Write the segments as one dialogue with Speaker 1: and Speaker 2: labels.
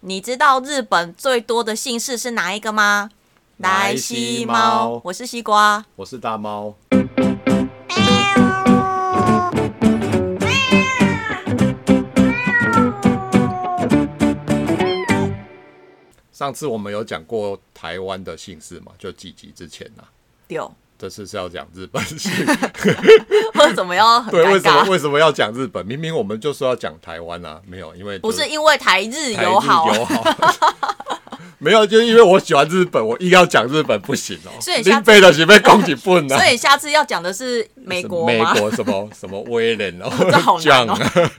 Speaker 1: 你知道日本最多的姓氏是哪一个吗？
Speaker 2: 来西猫
Speaker 1: 我是西瓜。
Speaker 2: 我是大猫，上次我们有讲过台湾的姓氏嘛，就几集之前呐、
Speaker 1: 有，
Speaker 2: 这次是要讲日 本姓，
Speaker 1: 为什么要很
Speaker 2: 对，为
Speaker 1: 尴
Speaker 2: 什么
Speaker 1: 尬？
Speaker 2: 为什么要讲日本？明明我们就说要讲台湾啊，没有，因为就
Speaker 1: 不是因为台日
Speaker 2: 台日
Speaker 1: 友好，
Speaker 2: 友好 没有，就是因为我喜欢日本，我硬要讲日本不行哦，
Speaker 1: 所以下次
Speaker 2: 林北的是被攻击不能， 啊
Speaker 1: 所以下次要讲的是美国
Speaker 2: 美
Speaker 1: 吗？
Speaker 2: 国什么什么威廉哦
Speaker 1: 这好，难哦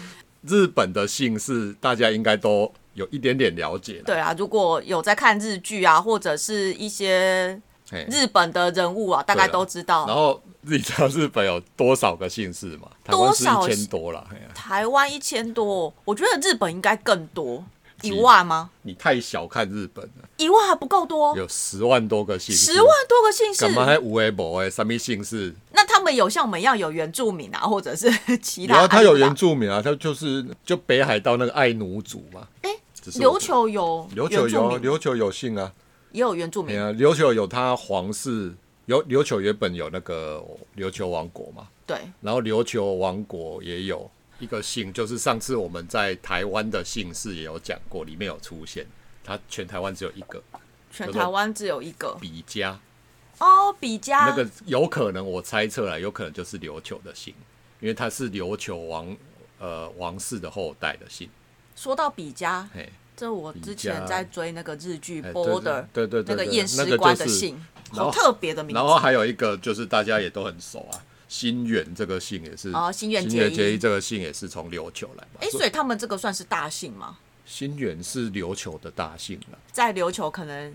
Speaker 2: 日本的姓氏大家应该都有一点点了解啦，
Speaker 1: 对啊，如果有在看日剧啊，或者是一些
Speaker 2: 对
Speaker 1: 日本的人物啊，大概
Speaker 2: 对啊
Speaker 1: 都知道。
Speaker 2: 然后你知道日本有多少个姓氏吗？台湾是
Speaker 1: 多少
Speaker 2: 一千多啦。哎呀
Speaker 1: 台湾一千多，我觉得日本应该更多，
Speaker 2: 几
Speaker 1: 一万吗？
Speaker 2: 你太小看日本了，
Speaker 1: 一万还不够多，哦
Speaker 2: 有十万多个姓
Speaker 1: 十
Speaker 2: 氏，
Speaker 1: 万多个姓氏
Speaker 2: 干，嘛还无为博哎？什么姓氏？
Speaker 1: 那他们有像我们一样有原住民啊，或者 是其他
Speaker 2: 然
Speaker 1: 安
Speaker 2: 后
Speaker 1: 达？
Speaker 2: 他有原住民啊，他就是就北海道那个爱奴族嘛。
Speaker 1: 哎
Speaker 2: 只是我
Speaker 1: 琉球有
Speaker 2: 琉球
Speaker 1: 原住
Speaker 2: 有
Speaker 1: 民
Speaker 2: 琉球有姓啊，
Speaker 1: 也有原住
Speaker 2: 哎
Speaker 1: 民，
Speaker 2: 呀，琉球有他皇室，有琉球原本有那个琉球王国嘛，
Speaker 1: 对，
Speaker 2: 然后琉球王国也有一个姓，就是上次我们在台湾的姓氏也有讲过，里面有出现，它全台湾只有一个
Speaker 1: 全
Speaker 2: 叫做
Speaker 1: 台湾只有一个
Speaker 2: 比加，
Speaker 1: 哦，比加
Speaker 2: 那个有可能我猜测了，有可能就是琉球的姓，因为他是琉球王呃王室的后代的姓，
Speaker 1: 说到比加，
Speaker 2: 嘿，
Speaker 1: 这我之前
Speaker 2: 比加
Speaker 1: 在追那个日剧《
Speaker 2: 哎
Speaker 1: Border》，
Speaker 2: 对对对对
Speaker 1: 那
Speaker 2: 对
Speaker 1: 个验
Speaker 2: 那
Speaker 1: 尸
Speaker 2: 个
Speaker 1: 官
Speaker 2: 就
Speaker 1: 的
Speaker 2: 是
Speaker 1: 姓，
Speaker 2: 然
Speaker 1: 好
Speaker 2: 后
Speaker 1: 特别的名
Speaker 2: 然后
Speaker 1: 字。
Speaker 2: 还有一个就是大家也都很熟啊，新源这个姓也是
Speaker 1: 哦新源
Speaker 2: 新源
Speaker 1: 结衣
Speaker 2: 结衣这个姓也是从琉球来嘛。
Speaker 1: 哎，所以他们这个算是大姓吗？
Speaker 2: 新源是琉球的大姓了，
Speaker 1: 在琉球可能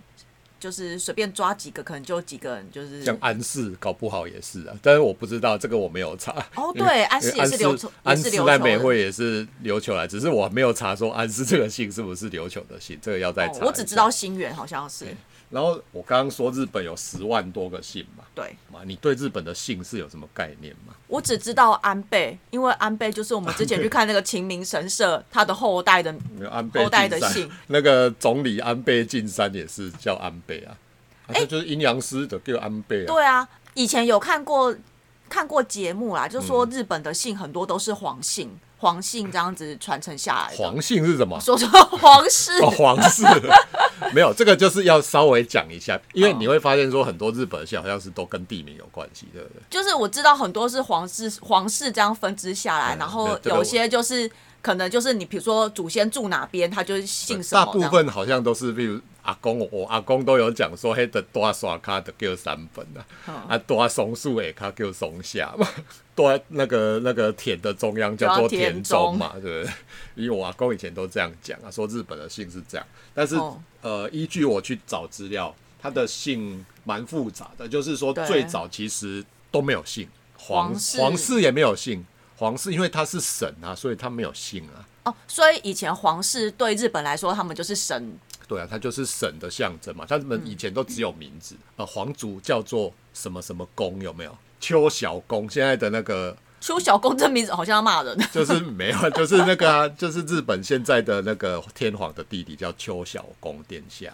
Speaker 1: 就是随便抓几个，可能就有几个人就是
Speaker 2: 像安氏搞不好也是啊，但是我不知道这个我没有查。
Speaker 1: 哦，
Speaker 2: 因为
Speaker 1: 对，安室也是琉球，也
Speaker 2: 安
Speaker 1: 是
Speaker 2: 室
Speaker 1: 琉
Speaker 2: 安
Speaker 1: 球
Speaker 2: 室奈美
Speaker 1: 人
Speaker 2: 惠也是琉球来，只是我没有查说安室这个姓是不是琉球的姓，这个要再
Speaker 1: 哦
Speaker 2: 查、
Speaker 1: 我只知道。新源好像是
Speaker 2: 然后我刚刚说日本有十万多个姓嘛，
Speaker 1: 对，
Speaker 2: 嘛，你对日本的姓是有什么概念吗？
Speaker 1: 我只知道安倍，因为安倍就是我们之前去看那个秦明神 社他的后代的
Speaker 2: 没有安倍
Speaker 1: 后代的
Speaker 2: 晋三
Speaker 1: 姓，
Speaker 2: 那个总理安倍晋三也是叫安倍啊，啊这就是阴阳师的叫安倍啊。
Speaker 1: 对啊，以前有看过看过节目
Speaker 2: 嗯
Speaker 1: 啦，就说日本的姓很多都是皇姓，皇姓这样子传承下来的。
Speaker 2: 皇姓是什么？
Speaker 1: 说说 皇室
Speaker 2: 哦，皇室 没有这个就是要稍微讲一下，因为你会发现说很多日本的姓好像是都跟地名有关系，对不对？
Speaker 1: 就是我知道很多是皇室皇室这样分支下来，
Speaker 2: 嗯
Speaker 1: 然后
Speaker 2: 这个
Speaker 1: 有
Speaker 2: 我
Speaker 1: 些就是可能就是你比如说祖先住哪边，他就是姓什
Speaker 2: 大
Speaker 1: 么这
Speaker 2: 部
Speaker 1: 样。
Speaker 2: 分好像都是，比如阿公，我阿公都有讲说，嘿，的多刷卡的叫三本啊，
Speaker 1: 哦
Speaker 2: 啊多松树诶，卡叫松下嘛， 多那个那个田的中央叫
Speaker 1: 叫
Speaker 2: 做
Speaker 1: 田
Speaker 2: 田中嘛，对不对？因为我阿公以前都这样讲啊，说日本的姓是这样，但是、
Speaker 1: 哦
Speaker 2: 呃，依据我去找资料，他的姓蛮复杂的，就是说
Speaker 1: 对
Speaker 2: 最早其实都没有姓，
Speaker 1: 皇
Speaker 2: 皇
Speaker 1: 室
Speaker 2: 皇室也没有姓，皇室因为他是神啊，所以他没有姓啊。
Speaker 1: 哦，所以以前皇室对日本来说，他们就是神
Speaker 2: 对啊，它就是省的象征嘛。他们以前都只有名
Speaker 1: 嗯
Speaker 2: 字，呃，皇族叫做什么什么宫，有没有？邱小宫，现在的那个
Speaker 1: 邱小公这名字好像要骂人，
Speaker 2: 就是没有， 就是那个啊，就是日本现在的那个天皇的弟弟叫邱小宫殿下。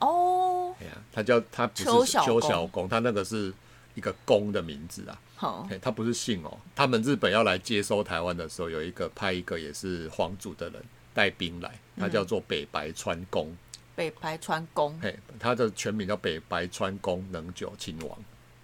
Speaker 1: 哦，
Speaker 2: 哎呀、他叫他不
Speaker 1: 邱
Speaker 2: 是
Speaker 1: 小
Speaker 2: 邱
Speaker 1: 宫
Speaker 2: 小宫，他那个是一个宫的名字啊。
Speaker 1: 好
Speaker 2: 哎，他不是姓哦。他们日本要来接收台湾的时候，有一个派一个也是皇族的人带兵来，他叫做北白川宫。
Speaker 1: 北白川宫、
Speaker 2: 嘿，他的全名叫北白川宫能久亲王，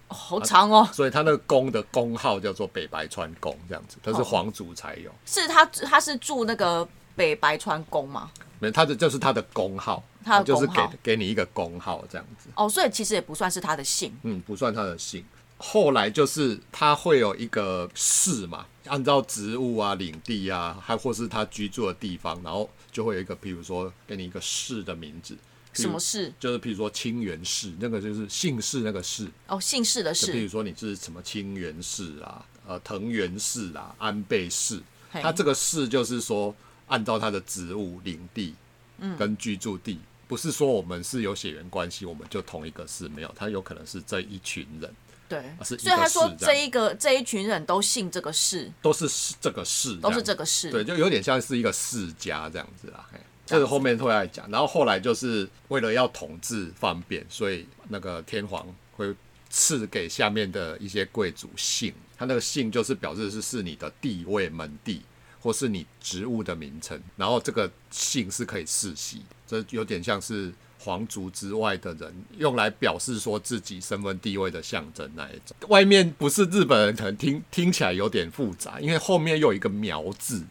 Speaker 1: 哦好长哦，
Speaker 2: 所以他那个宫的宫号叫做北白川宫，这样子，他
Speaker 1: 哦
Speaker 2: 是皇族才有，
Speaker 1: 是他他是住那个北白川宫嘛？
Speaker 2: 没、他的就是他的宫号，
Speaker 1: 他的
Speaker 2: 就是
Speaker 1: 宫
Speaker 2: 给
Speaker 1: 号
Speaker 2: 给你一个宫号这样子，
Speaker 1: 哦，所以其实也不算是他的姓，
Speaker 2: 嗯，不算他的姓。后来就是他会有一个市嘛，按照职务啊、领地啊，还或是他居住的地方，然后就会有一个，譬如说给你一个市的名字，譬如
Speaker 1: 什么氏？
Speaker 2: 就是譬如说清源市，那个就是姓氏那个市，
Speaker 1: 哦，姓氏的
Speaker 2: 就比如
Speaker 1: 氏，
Speaker 2: 说你是什么清源市啊、呃藤原市啊、安倍市，
Speaker 1: 嘿
Speaker 2: 它这个市就是说按照它的职务、领地
Speaker 1: 嗯
Speaker 2: 跟居住地，不是说我们是有血缘关系，我们就同一个市没有，它有可能是这一群人
Speaker 1: 对
Speaker 2: 啊。是一
Speaker 1: 所以
Speaker 2: 个
Speaker 1: 他
Speaker 2: 氏
Speaker 1: 说
Speaker 2: 这样
Speaker 1: 这一个这一群人都姓这个氏，
Speaker 2: 都是市这个市，
Speaker 1: 都是这
Speaker 2: 个
Speaker 1: 个氏。
Speaker 2: 对，就有点像是一个世家这样子啦。嘿
Speaker 1: 这
Speaker 2: 这
Speaker 1: 样
Speaker 2: 个
Speaker 1: 子。
Speaker 2: 后面会来讲。然后后来就是为了要统治方便，所以那个天皇会赐给下面的一些贵族姓，他那个姓就是表示是是你的地位门第，或是你职务的名称。然后这个姓是可以世袭，这有点像是皇族之外的人用来表示说自己身份地位的象征那一种。外面不是日本人，可能听听起来有点复杂，因为后面又有一个苗字。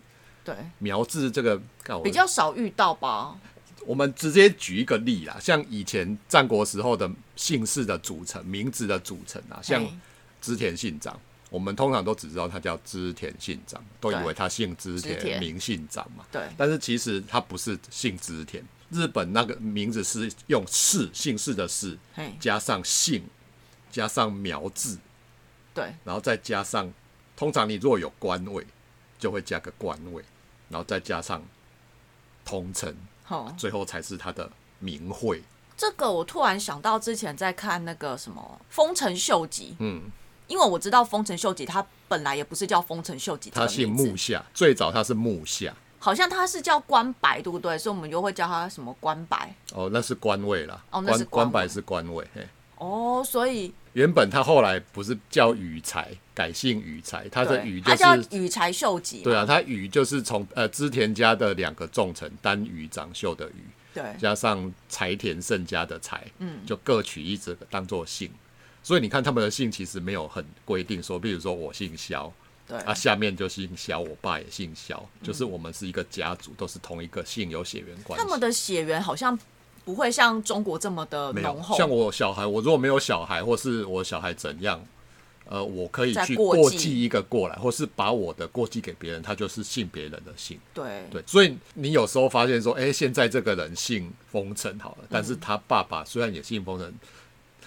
Speaker 1: 对，
Speaker 2: 苗字这个干我
Speaker 1: 比较少遇到吧。
Speaker 2: 我们直接举一个例啦，像以前战国时候的姓氏的组成、名字的组成啊，像
Speaker 1: 嘿
Speaker 2: 织田信长，我们通常都只知道他叫织田信长，都以
Speaker 1: 对
Speaker 2: 为他姓织
Speaker 1: 织田
Speaker 2: 田，名信长嘛。
Speaker 1: 对
Speaker 2: 但是其实他不是姓织田，日本那个名字是用氏姓氏的氏
Speaker 1: 嘿，
Speaker 2: 加上姓，加上苗字，
Speaker 1: 对，
Speaker 2: 然后再加上，通常你如果有官位，就会加个官位，然后再加上同城，
Speaker 1: 好，
Speaker 2: 最后才是他的名讳。
Speaker 1: 这个我突然想到之前在看那个什么《丰臣秀吉》，
Speaker 2: 嗯，
Speaker 1: 因为我知道丰臣秀吉他本来也不是叫丰臣秀吉这个
Speaker 2: 他
Speaker 1: 名字，
Speaker 2: 姓木下，最早他是木下，
Speaker 1: 好像他是叫关白，对不对？所以我们就会叫他什么关白。
Speaker 2: 哦，那是官位啦。
Speaker 1: 哦那是
Speaker 2: 官
Speaker 1: 官位
Speaker 2: 白是官位。嘿，
Speaker 1: 哦，所以
Speaker 2: 原本他后来不是叫羽柴，改姓羽柴，他的羽
Speaker 1: 对，
Speaker 2: 就
Speaker 1: 他叫
Speaker 2: 是。
Speaker 1: 羽柴秀吉嘛。
Speaker 2: 对啊，他羽就是从呃织田家的两个重臣丹羽长秀的羽，
Speaker 1: 对
Speaker 2: 加上柴田胜家的柴，嗯，就各取一字当做姓。所以你看他们的姓其实没有很规定说，比如说我姓萧，
Speaker 1: 对嗯
Speaker 2: 啊，下面就姓萧，我爸也姓萧，就是我们是一个家族，都是同一个姓，有血缘关
Speaker 1: 他
Speaker 2: 系。
Speaker 1: 们的血缘好像不会像中国这么的
Speaker 2: 没有
Speaker 1: 浓厚，
Speaker 2: 像我小孩，我如果没有小孩，或是我小孩怎样，呃，我可以
Speaker 1: 再
Speaker 2: 去
Speaker 1: 过
Speaker 2: 过
Speaker 1: 继
Speaker 2: 继一个过来，或是把我的过继给别人，他就是姓别人的姓。
Speaker 1: 对
Speaker 2: 对，所以你有时候发现说，哎、现在这个人姓丰臣好了，但是他爸爸虽然也姓丰臣，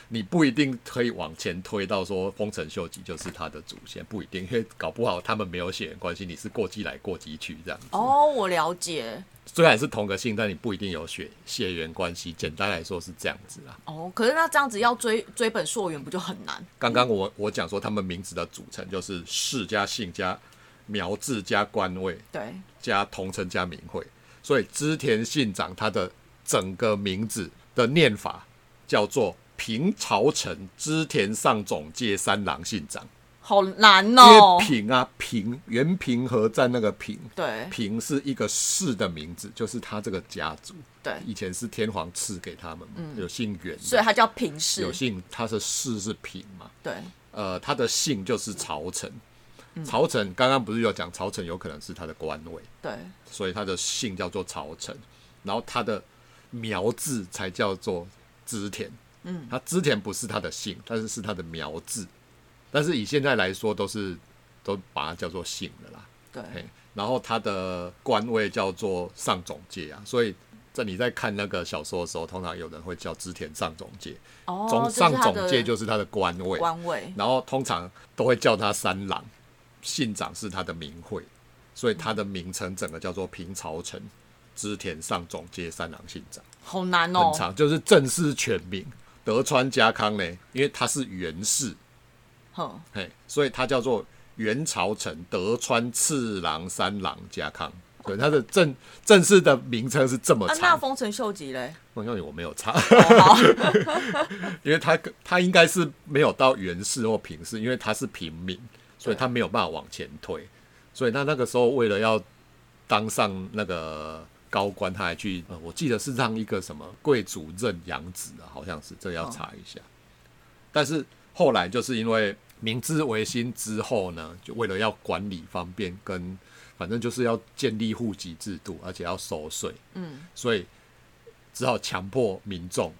Speaker 2: 你不一定可以往前推到说丰臣秀吉就是他的祖先，不一定，因为搞不好他们没有血缘关系，你是过继来过继去这样子。
Speaker 1: 哦，我了解
Speaker 2: 虽然是同个姓，但你不一定有血血缘关系。简单来说是这样子啦。
Speaker 1: 哦。可是那这样子要追追本溯源，不就很难？
Speaker 2: 刚刚我我讲说他们名字的组成就是氏加姓加苗字加官位
Speaker 1: 对，
Speaker 2: 加同称加名讳，所以织田信长他的整个名字的念法叫做平朝臣织田上总介三郎信长，
Speaker 1: 好难
Speaker 2: 因
Speaker 1: 哦
Speaker 2: 为。平啊平原平和站那个平。
Speaker 1: 对
Speaker 2: 平是一个氏的名字，就是他这个家族
Speaker 1: 对，
Speaker 2: 以前是天皇赐给他们嘛，有姓源
Speaker 1: 所以
Speaker 2: 的，
Speaker 1: 它叫平
Speaker 2: 有
Speaker 1: 氏。
Speaker 2: 姓他的氏是平嘛，
Speaker 1: 对
Speaker 2: 呃，他的姓就是曹城。曹城刚刚不是有讲曹城有可能是他的官位，
Speaker 1: 对，
Speaker 2: 所以他的姓叫做曹城，然后他的苗字才叫做织田。嗯，他织田不是他的姓，但是是他的苗字，但是以现在来说都是都把它叫做姓了啦。
Speaker 1: 对，
Speaker 2: 嘿，然后他的官位叫做上总介啊，所以在你在看那个小说的时候，通常有人会叫织田上总介，
Speaker 1: 哦，
Speaker 2: 总
Speaker 1: 这
Speaker 2: 上
Speaker 1: 是它
Speaker 2: 总介
Speaker 1: 的
Speaker 2: 就是他的官位。
Speaker 1: 官位，
Speaker 2: 然后通常都会叫他三郎，信长是他的名讳，所以他的名称整个叫做平朝臣织田上总街三郎信长，
Speaker 1: 好难哦
Speaker 2: 很。长，就是正式全名德川家康呢，因为他是源氏，
Speaker 1: 哼，
Speaker 2: 嘿，所以他叫做元朝臣德川次郎三郎家康。对，他的正正式的名称是这么
Speaker 1: 啊，那
Speaker 2: 长，
Speaker 1: 丰臣秀吉嘞？
Speaker 2: 好像我没有查，
Speaker 1: 哦好，
Speaker 2: 因为他他应该是没有到源氏或平氏，因为他是平民，所以他没有办法往前推。所以他那个时候为了要当上那个高官，他还去，呃、我记得是让一个什么贵族认养子啊，好像是这个
Speaker 1: 哦
Speaker 2: 要查一下。但是后来就是因为明治维新之后呢，就为了要管理方便跟。反正就是要建立户籍制度，而且要收税，
Speaker 1: 嗯，
Speaker 2: 所以只好强迫民众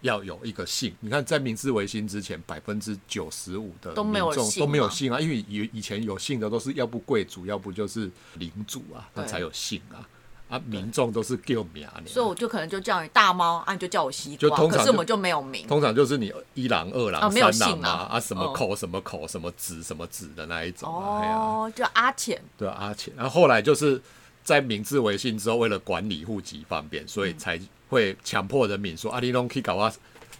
Speaker 2: 要有一个姓。你看，在明治维新之前，百分之九十五的
Speaker 1: 都没
Speaker 2: 民
Speaker 1: 有
Speaker 2: 众
Speaker 1: 姓
Speaker 2: 都没有
Speaker 1: 吗
Speaker 2: 姓啊，因为以以前有姓的都是要不贵族，要不就是领主啊，那
Speaker 1: 对
Speaker 2: 才有姓啊。啊，民众都是叫名啊，
Speaker 1: 所以我就可能就叫你大猫，啊，你就叫我西
Speaker 2: 就
Speaker 1: 瓜，
Speaker 2: 通
Speaker 1: 可
Speaker 2: 常
Speaker 1: 是我
Speaker 2: 就
Speaker 1: 们就没有名。
Speaker 2: 通常就是你一郎、二郎、
Speaker 1: 啊没有
Speaker 2: 三郎
Speaker 1: 姓啊
Speaker 2: 啊，什么
Speaker 1: 嗯
Speaker 2: 口、什么口、什么子、什么子的那一种啊，嘿啊
Speaker 1: 哦，就阿浅，
Speaker 2: 对啊，阿钱。然后后来就是在明治维新之后，为了管理户籍方便，所
Speaker 1: 嗯
Speaker 2: 以才会强迫人民说阿里弄 K 搞啊，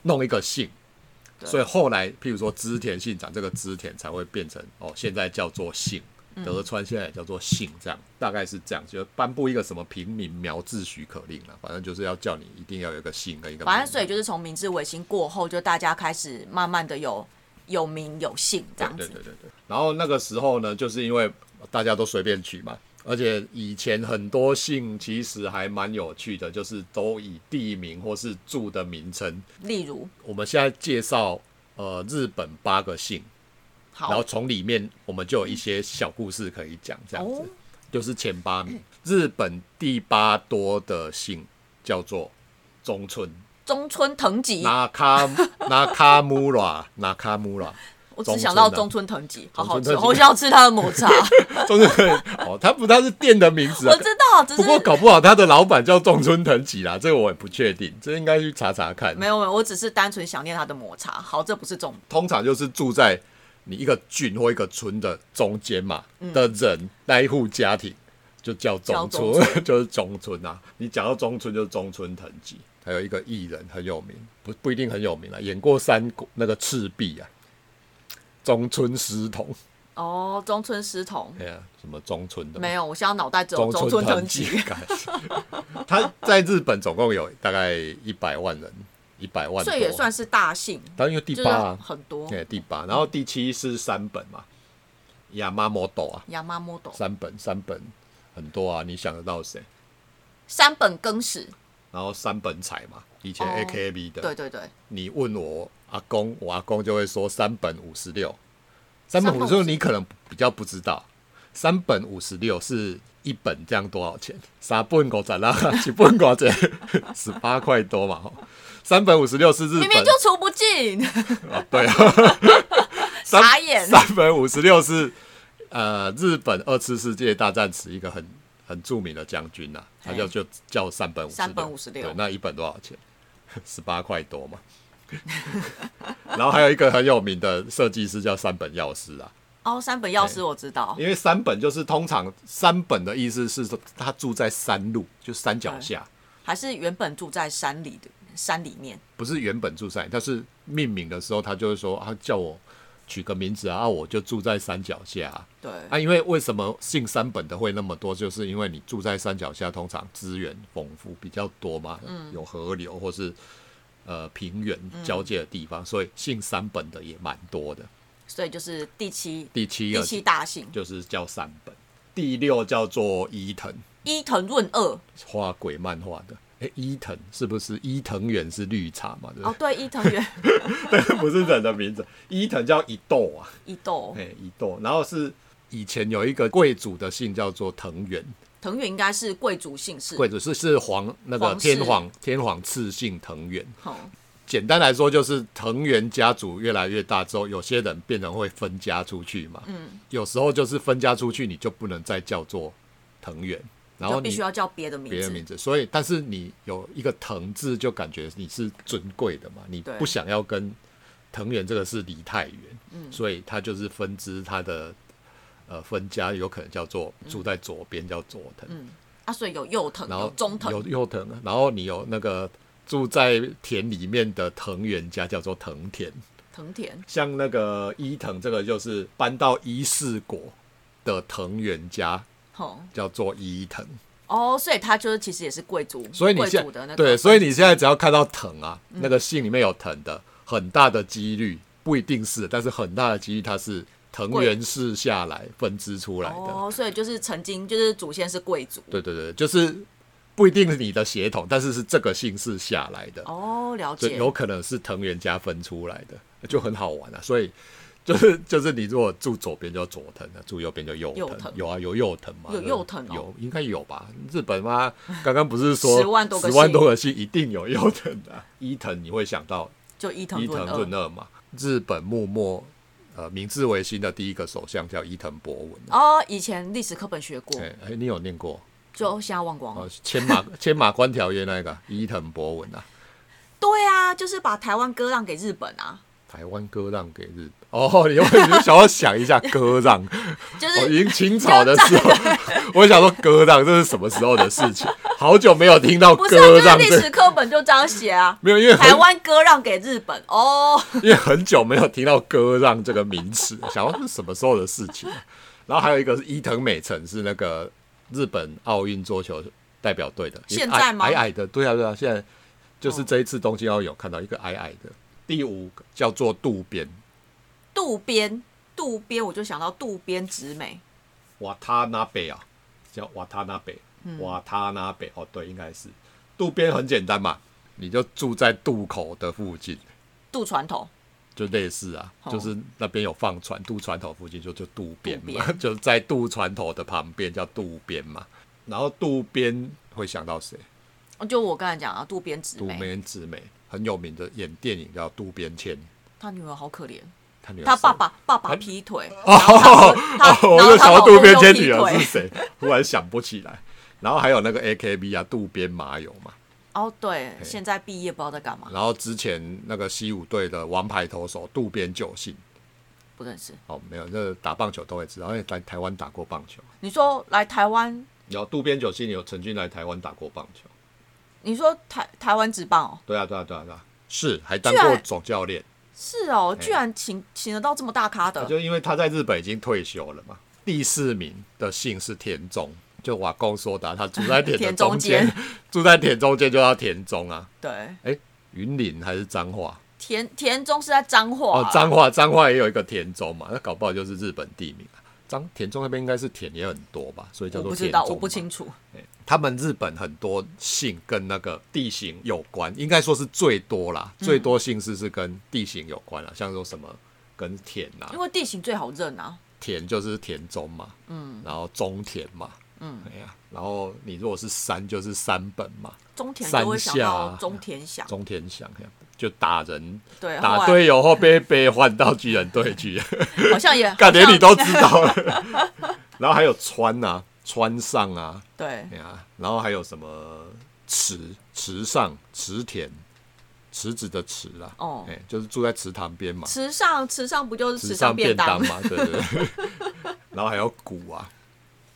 Speaker 2: 弄一个姓。
Speaker 1: 对
Speaker 2: 所以后来，譬如说织田信长这个织田才会变成哦，现在叫做姓，
Speaker 1: 嗯
Speaker 2: 有的传下来叫做姓，这样大概是这样，就颁布一个什么平民苗字许可令啊，反正就是要叫你一定要有一个姓跟一个名。
Speaker 1: 反正所以就是从明治维新过后，就大家开始慢慢的有有名有姓这样
Speaker 2: 对
Speaker 1: 子
Speaker 2: 对。对对对。然后那个时候呢，就是因为大家都随便取嘛，而且以前很多姓其实还蛮有趣的，就是都以地名或是住的名称。
Speaker 1: 例如，
Speaker 2: 我们现在介绍呃日本八个姓，然
Speaker 1: 好
Speaker 2: 后从里面我们就有一些小故事可以讲，这样子、
Speaker 1: 哦
Speaker 2: 就是前八名。日本第八多的姓叫做中村。
Speaker 1: 中村藤吉，
Speaker 2: 那卡那卡穆拉，那卡穆拉，
Speaker 1: 我只想到中
Speaker 2: 中
Speaker 1: 村藤吉，好好
Speaker 2: 中
Speaker 1: 吃，
Speaker 2: 村藤吉
Speaker 1: 我想要吃他的抹 茶。
Speaker 2: 中村 哦，他不，他是店的名字 啊
Speaker 1: 我，知道，只
Speaker 2: 不过
Speaker 1: 是
Speaker 2: 搞不好他的老板叫中村藤吉啦， 这个我也不确定，这应该去查查看。
Speaker 1: 没有没有，我只是单纯想念他的抹茶。好，这不是重点。
Speaker 2: 通常就是住在你一个郡或一个村的中间嘛、的人，那一户家庭就叫中
Speaker 1: 叫中
Speaker 2: 村， 就是中村啊。你讲到中村，就是中村藤吉，还有一个艺人很有名，不不一定很有名啊，演过三国那个赤壁啊，中村狮童，
Speaker 1: 哦，中村狮童
Speaker 2: 哎呀，什么中村的嘛
Speaker 1: 没有，我现在脑袋只有
Speaker 2: 中
Speaker 1: 中村藤
Speaker 2: 藤
Speaker 1: 吉。
Speaker 2: 吉， 他在日本总共有大概一百万人，一百万多，
Speaker 1: 所以也算是大姓，
Speaker 2: 他因为第
Speaker 1: 就是
Speaker 2: 八、啊，
Speaker 1: 很多。
Speaker 2: 对，第八，然后第七是三本嘛，亚麻摩斗啊，
Speaker 1: 亚麻摩斗、
Speaker 2: 三本三本很多啊，你想得到谁？
Speaker 1: 三本更史，
Speaker 2: 然后三本彩嘛，以前
Speaker 1: 哦
Speaker 2: AKB 的，
Speaker 1: 对对对，
Speaker 2: 你问我阿公，我阿公就会说三本五十六，三本
Speaker 1: 三
Speaker 2: 五
Speaker 1: 本
Speaker 2: 十六你可能比较不知道，三本五十六是一本这样多少钱？三本五十六，一本多少钱？十八块多嘛，吼三本五十六是
Speaker 1: 明
Speaker 2: 日本，
Speaker 1: 明就除不 尽，
Speaker 2: 啊对啊，三
Speaker 1: 傻眼
Speaker 2: 三本五十六是呃日本二次世界大战时一个很很著名的将军呐、他叫
Speaker 1: 嘿
Speaker 2: 就叫三本五十六，
Speaker 1: 三本56
Speaker 2: 对，那一本多少钱？十八块多嘛。 然后还有一个很有名的设计师叫三本药师啊，
Speaker 1: 哦，三本药师我知道，
Speaker 2: 因为三本就是通常三本的意思是说他住在山路，就山脚下，
Speaker 1: 还是原本住在山里的山里面。
Speaker 2: 不是原本住在，但是命名的时候他就会说啊叫我取个名字啊，啊我就住在山脚下、啊，
Speaker 1: 对，
Speaker 2: 啊，因为为什么姓三本的会那么多？就是因为你住在山脚下，通常资源丰富比较多嘛，
Speaker 1: 嗯
Speaker 2: 有河流或是呃平原交界的地方，所以姓三本的也蛮多的。
Speaker 1: 所以就是第七
Speaker 2: 第七
Speaker 1: 第
Speaker 2: 个
Speaker 1: 七大姓
Speaker 2: 就是叫三本，第六叫做伊藤，
Speaker 1: 伊藤润二。
Speaker 2: 画鬼漫画的。哎，伊藤是不是伊藤园是绿茶嘛？对
Speaker 1: 哦
Speaker 2: 不，
Speaker 1: 对，伊藤原
Speaker 2: 对？ 不是人的名字，伊藤叫伊豆啊，
Speaker 1: 伊豆
Speaker 2: 哎，伊豆。然后是以前有一个贵族的姓叫做藤原，
Speaker 1: 藤原应该是贵族姓氏。
Speaker 2: 贵族是是皇那个
Speaker 1: 皇室
Speaker 2: 天皇天皇赐姓藤原。
Speaker 1: 好，
Speaker 2: 简单来说，就是藤原家族越来越大之后，有些人变成会分家出去嘛。嗯，有时候就是分家出去，你就不能再叫做藤原，然后
Speaker 1: 就必
Speaker 2: 你
Speaker 1: 须要叫别的名
Speaker 2: 别的
Speaker 1: 字
Speaker 2: 名。字。所以，但是你有一个藤字，就感觉你是尊贵的嘛，你
Speaker 1: 对
Speaker 2: 不想要跟藤原这个是离太远，
Speaker 1: 嗯
Speaker 2: 所以他就是分支他的呃分家，有可能叫做住在左边、叫佐藤。
Speaker 1: 啊，所以有右藤，
Speaker 2: 然
Speaker 1: 有
Speaker 2: 后
Speaker 1: 中藤
Speaker 2: 有，右藤，啊然后你有那个住在田里面的藤原家叫做藤田，
Speaker 1: 藤田
Speaker 2: 像那个伊藤这个就是搬到伊势国的藤原家
Speaker 1: 吼
Speaker 2: 叫做伊藤，
Speaker 1: 哦，所以他就是其实也是贵族，
Speaker 2: 所以你
Speaker 1: 贵
Speaker 2: 现
Speaker 1: 族的那个嗯
Speaker 2: 对，所以你现在只要看到藤啊，那个姓里面有藤的，很大的几率不一定是，但是很大的几率它是藤原氏下来分支出来的。
Speaker 1: 哦，所以就是曾经就是祖先是贵族。
Speaker 2: 对对对，就是不一定是你的血统，但是是这个姓氏下来的。
Speaker 1: 哦，了
Speaker 2: 就
Speaker 1: 解。
Speaker 2: 有可能是藤原家分出来的，就很好玩啊。所以就是就是你如果住左边就左藤啊，住右边就右
Speaker 1: 右
Speaker 2: 藤
Speaker 1: 藤，
Speaker 2: 有啊有右藤吗？
Speaker 1: 有右藤哦
Speaker 2: 有应该有吧？日本嘛，刚刚不是 说
Speaker 1: 十万多个
Speaker 2: 十万多个姓一定有右藤的、啊。伊藤你会想到
Speaker 1: 就伊藤
Speaker 2: 伊
Speaker 1: 润
Speaker 2: 藤
Speaker 1: 二
Speaker 2: 润二嘛？日本幕末呃明治维新的第一个首相叫伊藤博文啊。
Speaker 1: 哦，以前历史课本学过
Speaker 2: 哎、，哎你有念过？
Speaker 1: 就现在忘光了。
Speaker 2: 哦，签马签马关条约那个伊藤博文啊，
Speaker 1: 对啊，就是把台湾割让给日本啊，
Speaker 2: 台湾割让给日本。哦，你又 你又想要想一下哦割 让，
Speaker 1: 就
Speaker 2: 我
Speaker 1: 是
Speaker 2: 迎清朝的时候， 我想说割让这是什么时候的事情？好久没有听到
Speaker 1: 不是啊、就
Speaker 2: 割
Speaker 1: 是
Speaker 2: 让
Speaker 1: 历
Speaker 2: 这。
Speaker 1: 史课本就这样写啊
Speaker 2: 没有，因为很
Speaker 1: 台湾割让给日本哦，
Speaker 2: 因为很久没有听到割让这个名词，想说这是什么时候的事情？啊然后还有一个是伊藤美诚，是那个日本奥运桌球代表队的，
Speaker 1: 现在吗
Speaker 2: 矮矮的，对啊对啊，现在就是这一次东京奥运有看到一个矮矮的。第五个叫做渡边
Speaker 1: 渡边，渡边，我就想到渡边直美，
Speaker 2: 瓦塔纳贝啊，叫瓦塔纳贝，
Speaker 1: 嗯
Speaker 2: 瓦塔纳贝哦，对，应该是渡边很简单嘛，你就住在渡口的附近，
Speaker 1: 渡船头。
Speaker 2: 就类似啊，
Speaker 1: 哦
Speaker 2: 就是那边有放船，渡船头附近就就渡边
Speaker 1: 渡
Speaker 2: 嘛，
Speaker 1: 边
Speaker 2: 就是在渡船头的旁边叫渡边嘛。然后渡边会想到谁？
Speaker 1: 就我刚才讲啊，渡边直
Speaker 2: 渡
Speaker 1: 美，
Speaker 2: 边直美很有名的演电影叫渡边谦，
Speaker 1: 他女儿好可怜，
Speaker 2: 他女儿
Speaker 1: 他
Speaker 2: 是
Speaker 1: 爸爸爸爸劈腿，然后他 他
Speaker 2: 哎哦我
Speaker 1: 然后
Speaker 2: 就
Speaker 1: 他
Speaker 2: 想
Speaker 1: 老
Speaker 2: 到
Speaker 1: 公
Speaker 2: 渡边
Speaker 1: 又
Speaker 2: 谦
Speaker 1: 劈
Speaker 2: 女儿是
Speaker 1: 腿。
Speaker 2: 谁， 忽然想不起来。然后还有那个 AKB 啊，渡边麻友嘛。
Speaker 1: 哦，对，现在毕业不知道在干嘛，
Speaker 2: 然后之前那个西武队的王牌投手渡边久信，
Speaker 1: 不认识。
Speaker 2: 哦，没有，这打棒球都会知道，因为来台湾打过棒球。
Speaker 1: 你说来台湾，
Speaker 2: 有渡边久信有曾经来台湾打过棒球。
Speaker 1: 你说台台湾职棒哦，
Speaker 2: 对啊，对啊，对啊，对啊，是还当
Speaker 1: 居然
Speaker 2: 过总教练，
Speaker 1: 是哦，
Speaker 2: 哎
Speaker 1: 居然请请得到这么大咖的，
Speaker 2: 啊就因为他在日本已经退休了嘛。第四名的姓是田中，就瓦工说的啊、他住 在田的
Speaker 1: 田中
Speaker 2: 间，
Speaker 1: 间
Speaker 2: 住在田中间就叫田中啊。
Speaker 1: 对，
Speaker 2: 哎，云林还是彰化？
Speaker 1: 田田中是在彰化、
Speaker 2: 哦，彰化，彰化也有一个田中嘛，那搞不好就是日本地名啊。彰田中那边应该是田也很多吧，所以叫
Speaker 1: 我
Speaker 2: 做
Speaker 1: 不
Speaker 2: 田
Speaker 1: 知
Speaker 2: 中
Speaker 1: 道，
Speaker 2: 嘛。
Speaker 1: 我不清楚。
Speaker 2: 他们日本很多姓跟那个地形有关，应该说是最多啦，
Speaker 1: 嗯
Speaker 2: 最多姓氏是跟地形有关啦，像说什么跟田啊
Speaker 1: 因，为地形最好认啊，
Speaker 2: 田就是田中嘛，嗯，然后中田嘛，嗯，哎呀，然后你如果是山就是山本嘛，
Speaker 1: 中田
Speaker 2: 山
Speaker 1: 就会想到
Speaker 2: 下
Speaker 1: 中田翔，
Speaker 2: 中田翔哎呀就打人
Speaker 1: 对，
Speaker 2: 打
Speaker 1: 后来
Speaker 2: 队友后被被换到巨人队去，
Speaker 1: 好像也
Speaker 2: 感觉
Speaker 1: 好像
Speaker 2: 你都知道了。 然后还有川啊，川上啊，
Speaker 1: 对
Speaker 2: 哎呀，然后还有什么池池上池田池子的池啦，
Speaker 1: 哦
Speaker 2: 哎，就是住在池塘边嘛，
Speaker 1: 池上池上不就是
Speaker 2: 池
Speaker 1: 池上
Speaker 2: 便
Speaker 1: 便当
Speaker 2: 嘛，对对对。 然后还有谷啊，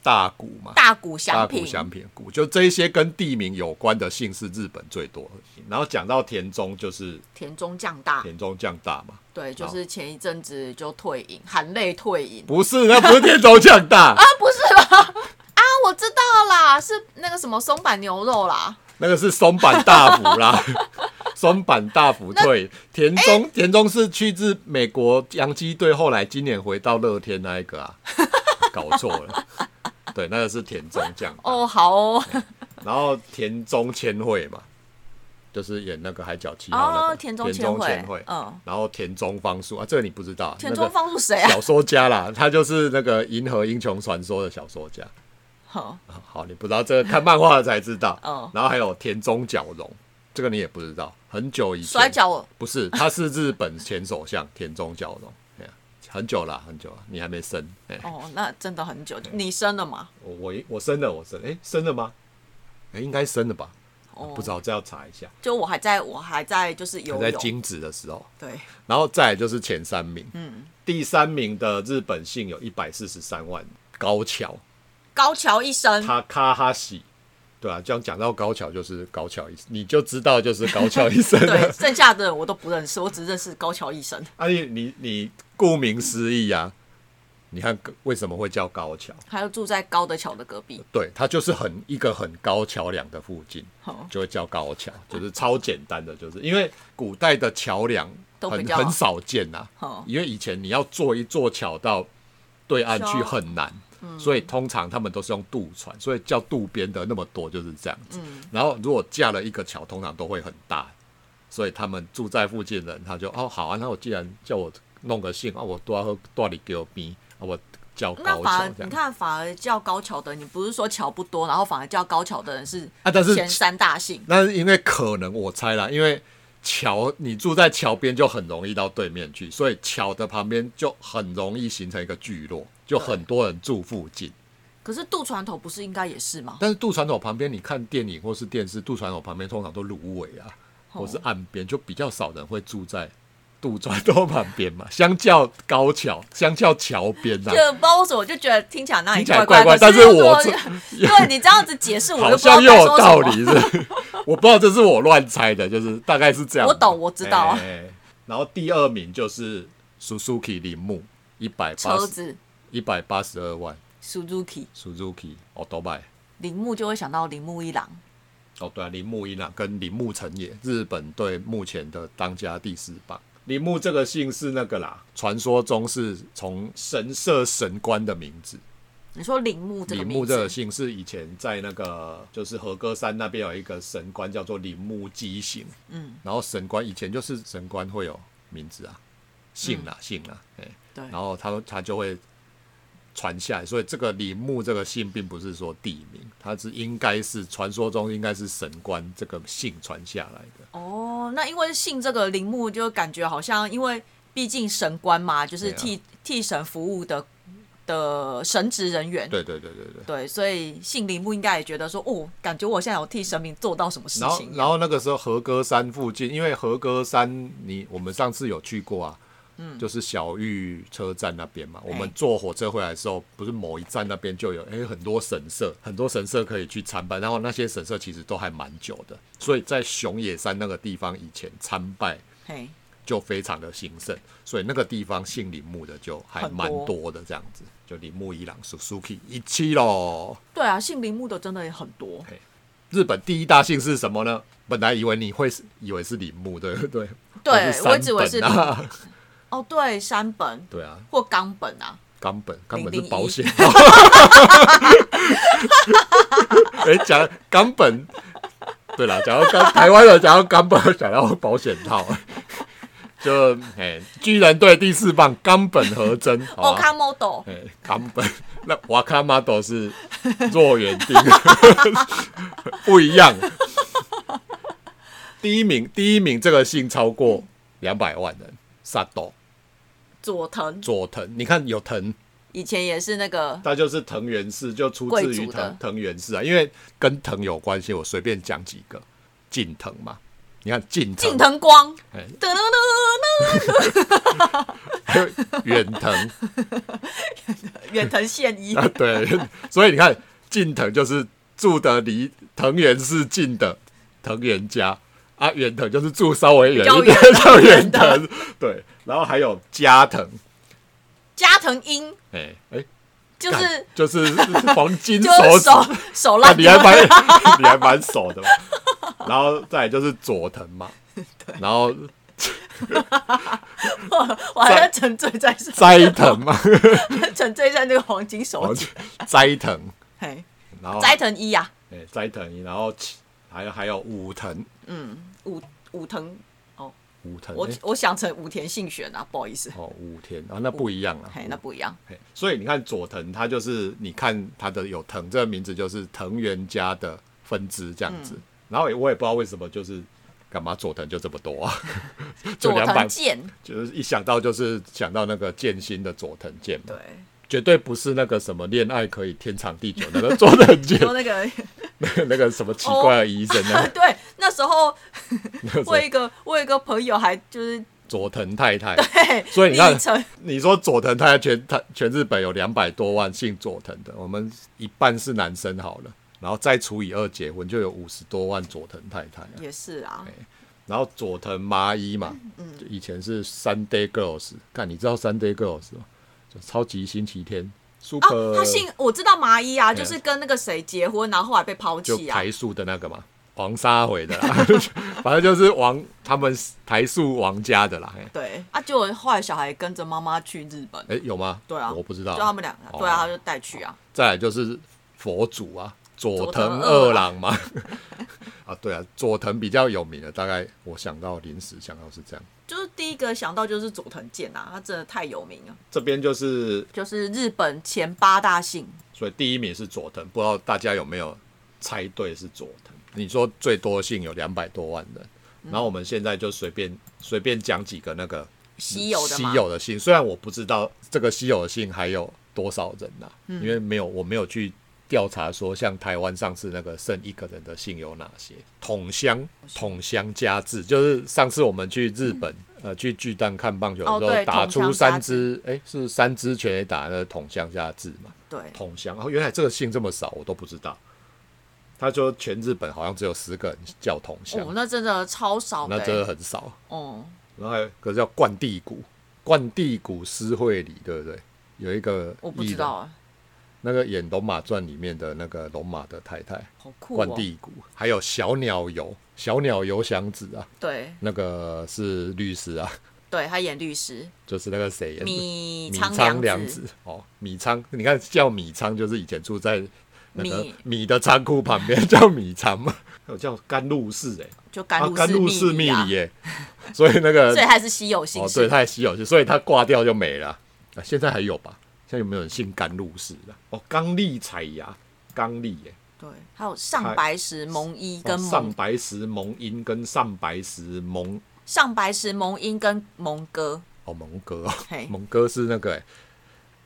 Speaker 2: 大谷嘛，
Speaker 1: 大谷
Speaker 2: 大
Speaker 1: 翔
Speaker 2: 谷
Speaker 1: 平，
Speaker 2: 祥平谷，就这一些跟地名有关的姓是日本最多。然后讲到田中，就是
Speaker 1: 田中将大，
Speaker 2: 田中将大嘛，
Speaker 1: 对，就是前一阵子就退隐，含泪退隐
Speaker 2: 不是，那不是田中将大，
Speaker 1: 啊，不是吧？ 啊，我知道啦，是那个什么松板牛肉啦，
Speaker 2: 那个是松坂大辅 啦，松坂大辅退田中，田中是去自美国洋基队，后来今年回到乐天那 一个啊，搞错了。对，那个是田中将大，
Speaker 1: 哦，好哦，
Speaker 2: 然后田中千惠嘛，就是演那个《海角七号》那个
Speaker 1: 哦，田中
Speaker 2: 千
Speaker 1: 千惠
Speaker 2: 惠，，
Speaker 1: 嗯，
Speaker 2: 然后田中芳树啊，这个你不知道啊，
Speaker 1: 田中芳树谁
Speaker 2: 那个
Speaker 1: 啊？
Speaker 2: 小说家啦，他就是那个《银河英雄传说》的小说家。
Speaker 1: 哼
Speaker 2: 啊 好，你不知道这个，看漫画的才 知道。
Speaker 1: 嗯
Speaker 2: 然后还有田中角荣，这个你也不知道，很久以前。
Speaker 1: 摔跤
Speaker 2: 不是，他是日本前首相田中角荣，哎呀很久了，很久了，你还没生。哎，
Speaker 1: 哦，那真的很久，你生了吗？
Speaker 2: 我我我生了，我生，哎，生了吗？哎，应该生了吧？
Speaker 1: 哦，
Speaker 2: 不知，道，这要查一下。
Speaker 1: 就我还在我还在就是游
Speaker 2: 还
Speaker 1: 泳，
Speaker 2: 在精子的时候，
Speaker 1: 对，
Speaker 2: 然后再来就是前三名。嗯，第三名的日本姓有一百四十三万，高桥。
Speaker 1: 高桥一生，
Speaker 2: 他卡哈喜，对啊，这样讲到高桥就是高桥医生，你就知道就是高桥医生
Speaker 1: 对，
Speaker 2: 了。
Speaker 1: 剩下的人我都不认识，我只认识高桥一生，
Speaker 2: 啊你，你你顾名思义啊，你看为什么会叫高桥？
Speaker 1: 还有住在高德桥的隔壁，
Speaker 2: 对，它就是很一个很高桥梁的附近，
Speaker 1: 哦
Speaker 2: 就会叫高桥，就是超简单的，就是因为古代的桥梁
Speaker 1: 都比
Speaker 2: 很
Speaker 1: 较
Speaker 2: 很少见呐、
Speaker 1: 哦
Speaker 2: 因为以前你要做一座桥到对岸去
Speaker 1: 是哦
Speaker 2: 很难，所以通常他们都是用渡船，所以叫渡边的那么多就是这样子。
Speaker 1: 嗯
Speaker 2: 然后如果架了一个桥，通常都会很大，所以他们住在附近的人他就哦好啊，那我既然叫我弄个姓啊，我多喝多里给我逼啊，我叫
Speaker 1: 那
Speaker 2: 高
Speaker 1: 反
Speaker 2: 桥
Speaker 1: 而
Speaker 2: 这
Speaker 1: 你
Speaker 2: 样。
Speaker 1: 看，反而叫高桥的，你不是说桥不多，然后反而叫高桥的人是
Speaker 2: 啊但是
Speaker 1: 前三大姓，
Speaker 2: 那是因为可能我猜啦，因为桥你住在桥边就很容易到对面去，所以桥的旁边就很容易形成一个聚落，就很多人住附近。
Speaker 1: 可是渡船头不是应该也是吗？
Speaker 2: 但是渡船口旁边，你看电影或是电视，渡船口旁边通常都芦苇啊，或是岸边，就比较少人会住在渡船口旁边嘛。相较高桥，相较桥边啊呐
Speaker 1: 就，不知道为什么，我就觉得听起来那里
Speaker 2: 听起来
Speaker 1: 怪
Speaker 2: 怪怪
Speaker 1: 的。可
Speaker 2: 但是
Speaker 1: 如果
Speaker 2: 我
Speaker 1: 对你这样子解 释，我
Speaker 2: 好
Speaker 1: 就不知道
Speaker 2: 像
Speaker 1: 该
Speaker 2: 又有
Speaker 1: 说
Speaker 2: 道
Speaker 1: 什
Speaker 2: 理
Speaker 1: 么。
Speaker 2: 是不是， 我不知道这是我乱猜的，就是大概是这样。哎
Speaker 1: 我懂我知道啊
Speaker 2: 哎然后第二名就是 Suzuki 铃木，一百八
Speaker 1: 车
Speaker 2: 十
Speaker 1: 子
Speaker 2: 一百八十二万
Speaker 1: Suzuki
Speaker 2: Suzuki o t o b i
Speaker 1: 铃木就会想到铃木一郎，
Speaker 2: 哦，对啊，铃木一朗跟铃木成也，日本队目前的当家第四棒。铃木这个姓是那个啦，传说中是从神社神官的名字。
Speaker 1: 你说铃木这个
Speaker 2: 铃
Speaker 1: 名
Speaker 2: 木这
Speaker 1: 字
Speaker 2: 个，姓是以前在那个就是和歌山那边有一个神官叫做铃木基行，嗯，然后神官以前就是神官会有名字啊，姓啦、姓啦，哎、
Speaker 1: 嗯对
Speaker 2: 然后他他就会传下来，所以这个铃木这个姓并不是说地名，它是应该是传说中应该是神官这个姓传下来的，
Speaker 1: 哦，那因为姓这个铃木，就感觉好像因为毕竟神官嘛，就是
Speaker 2: 对啊
Speaker 1: 替、替神服务的的神职人员，
Speaker 2: 对对对对对。
Speaker 1: 对，所以姓铃木应该也觉得说，哦，感觉我现在有替神明做到什么事
Speaker 2: 然后
Speaker 1: 情，，
Speaker 2: 然后那个时候和歌山附近，因为和歌山你我们上次有去过啊，嗯，就是小玉车站那边嘛。我们坐火车回来的时候，不是某一站那边就有哎很多神社，很多神社可以去参拜。然后那些神社其实都还蛮久的，所以在熊野山那个地方以前参拜
Speaker 1: 嘿，
Speaker 2: 就非常的兴盛，所以那个地方姓铃木的就还蛮
Speaker 1: 很多
Speaker 2: 多的这样子，就铃木一朗 Suzuki 一期喽。
Speaker 1: 对啊，姓铃木的真的也很多，
Speaker 2: 日本第一大姓是什么呢？本来以为你会是以为是铃木，对 不对？
Speaker 1: 对
Speaker 2: 或
Speaker 1: 我一直以为是
Speaker 2: 山本啊，
Speaker 1: 哦，对，山本
Speaker 2: 对啊，
Speaker 1: 或冈本啊，
Speaker 2: 冈本，冈本
Speaker 1: 001
Speaker 2: 是保险。 哎，讲冈本，对啦，讲到冈台湾人，讲到冈本，讲到保险套， 就哎，居然对第四棒冈本和真，好
Speaker 1: 哦，
Speaker 2: 吧？
Speaker 1: 卡 model，
Speaker 2: 哎，冈本那瓦卡马斗是若原定， 不一样。第一名，第一名这个姓超过两百万人，萨斗
Speaker 1: 佐藤
Speaker 2: 佐藤，你看有藤，
Speaker 1: 以前也是那个
Speaker 2: 它就是藤原氏，就出
Speaker 1: 贵
Speaker 2: 自
Speaker 1: 族
Speaker 2: 于
Speaker 1: 的
Speaker 2: 藤藤原氏啊，因为跟藤有关系，我随便讲几个，近藤嘛，你看近藤，
Speaker 1: 近藤光，
Speaker 2: 哎
Speaker 1: 噔噔噔噔，
Speaker 2: 还有哎 远藤，
Speaker 1: 远藤宪一，
Speaker 2: 啊，对，所以你看近藤就是住的离藤原是近的藤原家啊，远藤就是住稍微远
Speaker 1: 比较
Speaker 2: 一点
Speaker 1: 远的
Speaker 2: 叫远
Speaker 1: 远
Speaker 2: 藤，对，然后还有加藤，
Speaker 1: 加藤鹰
Speaker 2: 哎、哎，
Speaker 1: 就是
Speaker 2: 干就是黄 金
Speaker 1: 就
Speaker 2: 手
Speaker 1: 是
Speaker 2: 指，
Speaker 1: 手手
Speaker 2: 啊
Speaker 1: 烂
Speaker 2: 你还
Speaker 1: 掉，
Speaker 2: 蛮 你还蛮熟的嘛，然后再来就是佐藤嘛，然后啊
Speaker 1: 我还在沉醉在上
Speaker 2: 斋藤嘛，
Speaker 1: 沉醉在那个黄金手
Speaker 2: 黄哦
Speaker 1: 指，
Speaker 2: 斋藤，
Speaker 1: 嘿，
Speaker 2: 然后
Speaker 1: 斋藤一啊，
Speaker 2: 哎斋藤，然后其还有还有武藤，
Speaker 1: 武武藤，
Speaker 2: 哎
Speaker 1: 哦，
Speaker 2: 武藤，
Speaker 1: 我
Speaker 2: 哎
Speaker 1: 我想成武田信玄啊，不好意思，
Speaker 2: 哦武田啊，那不一样啊，
Speaker 1: 嘿，那不一样，
Speaker 2: 嘿所以你看佐藤，他就是你看他的有藤这个名字，就是藤原家的分支这样子。
Speaker 1: 嗯
Speaker 2: 然后也我也不知道为什么，就是干嘛佐藤就这么多 啊？ 就
Speaker 1: 佐
Speaker 2: 两百
Speaker 1: 藤，健，
Speaker 2: 就是一想到就是想到那个剑心的佐藤健嘛
Speaker 1: 对，，
Speaker 2: 绝对不是那个什么恋爱可以天长地久那个佐藤 健，
Speaker 1: 说那 个
Speaker 2: 那个什么奇怪的医生啊，
Speaker 1: 对，那时候
Speaker 2: 那个什
Speaker 1: 我有
Speaker 2: 么
Speaker 1: 一个我有一个朋友还就是
Speaker 2: 佐藤太太。
Speaker 1: 嘿，
Speaker 2: 所以你看
Speaker 1: 昵称
Speaker 2: 你说佐藤太太全他全日本有两百多万姓佐藤的，我们一半是男生好了，然后再除以二结婚，就有五十多万佐藤太太啊、
Speaker 1: 也是啊，
Speaker 2: 然后佐藤麻衣嘛，
Speaker 1: 嗯
Speaker 2: 就以前是 Sunday Girls，看你知道 Sunday Girls 吗？就超级星期天
Speaker 1: 啊
Speaker 2: Super，、，
Speaker 1: 他姓我知道麻衣啊，
Speaker 2: 对啊
Speaker 1: 就是跟那个谁结婚，然后后来被抛
Speaker 2: 就
Speaker 1: 弃啊，
Speaker 2: 台塑的那个嘛，王沙回的啦， 反正就是王他们台塑王家的啦。嘿
Speaker 1: 对啊，结果后来小孩跟着妈妈去日本，
Speaker 2: 哎、有吗？
Speaker 1: 对啊
Speaker 2: 我不知道。哦
Speaker 1: 就他们两个，对啊，他就带去啊，
Speaker 2: 再来就是佛祖啊，
Speaker 1: 藤
Speaker 2: 佐藤
Speaker 1: 二
Speaker 2: 二郎嘛。 啊，对啊，佐藤比较有名的，大概我想到临时想到是这样。
Speaker 1: 就是第一个想到就是佐藤健啊，他真的太有名了，
Speaker 2: 这边就是，
Speaker 1: 就是日本前八大姓，
Speaker 2: 所以第一名是佐藤，不知道大家有没有猜对是佐藤？嗯你说最多姓有两百多万人，然后我们现在就随便随便讲几个那个
Speaker 1: 稀有的嘛，
Speaker 2: 嗯稀有的姓，虽然我不知道这个稀有的姓还有多少人呐、
Speaker 1: 嗯
Speaker 2: 因为没有我没有去调查说像台湾上次那个剩一个人的姓有哪些。桶乡桶乡家制，就是上次我们去日本、呃去巨蛋看棒球
Speaker 1: 嗯
Speaker 2: 的
Speaker 1: 哦
Speaker 2: 时候，
Speaker 1: 对
Speaker 2: 打
Speaker 1: 桶乡
Speaker 2: 出
Speaker 1: 家
Speaker 2: 三支，哎、是三支全垒打的桶乡家制嘛？
Speaker 1: 对，
Speaker 2: 桶乡，哦，原来这个姓这么少，我都不知道。他说全日本好像只有十个人叫桶乡，
Speaker 1: 哦，那真的超少的、
Speaker 2: 那真
Speaker 1: 欸
Speaker 2: 的，很少。
Speaker 1: 哦、
Speaker 2: 然后还有一个叫冠地谷，冠地谷诗会里，对不对？有一个
Speaker 1: 我不
Speaker 2: 艺
Speaker 1: 知
Speaker 2: 人
Speaker 1: 道，啊，
Speaker 2: 那个演《龙马传》里面的那个龙马的 太太
Speaker 1: 好酷
Speaker 2: 冠
Speaker 1: 哦。
Speaker 2: 地谷，还有小鸟游小鸟游祥子啊，
Speaker 1: 对
Speaker 2: 那个是律师啊，
Speaker 1: 对，他演律师，
Speaker 2: 就是那个谁演的
Speaker 1: 米
Speaker 2: 米
Speaker 1: 仓
Speaker 2: 仓
Speaker 1: 良
Speaker 2: 良子哦，米仓，你看叫米仓就是以前住在那个
Speaker 1: 米
Speaker 2: 米的仓库旁边 叫米仓嘛，有哦叫甘露寺哎、
Speaker 1: 就甘
Speaker 2: 啊
Speaker 1: 露
Speaker 2: 甘露
Speaker 1: 寺
Speaker 2: 寺密
Speaker 1: 啊
Speaker 2: 里，哎、 所以那个
Speaker 1: 所以还是稀有姓
Speaker 2: 哦
Speaker 1: 氏。
Speaker 2: 对，它也稀有，所以它挂掉就没了啊、啊现在还有吧？现在有没有人姓甘露寺的？哦，刚力彩牙，刚力耶、
Speaker 1: 对，还有上白石萌一
Speaker 2: 哦
Speaker 1: 跟
Speaker 2: 上
Speaker 1: 萌
Speaker 2: 白石蒙音跟上白石蒙
Speaker 1: 上白石萌音跟萌哥，
Speaker 2: 哦蒙哥哦
Speaker 1: 嘿，
Speaker 2: 蒙哥是那个、哎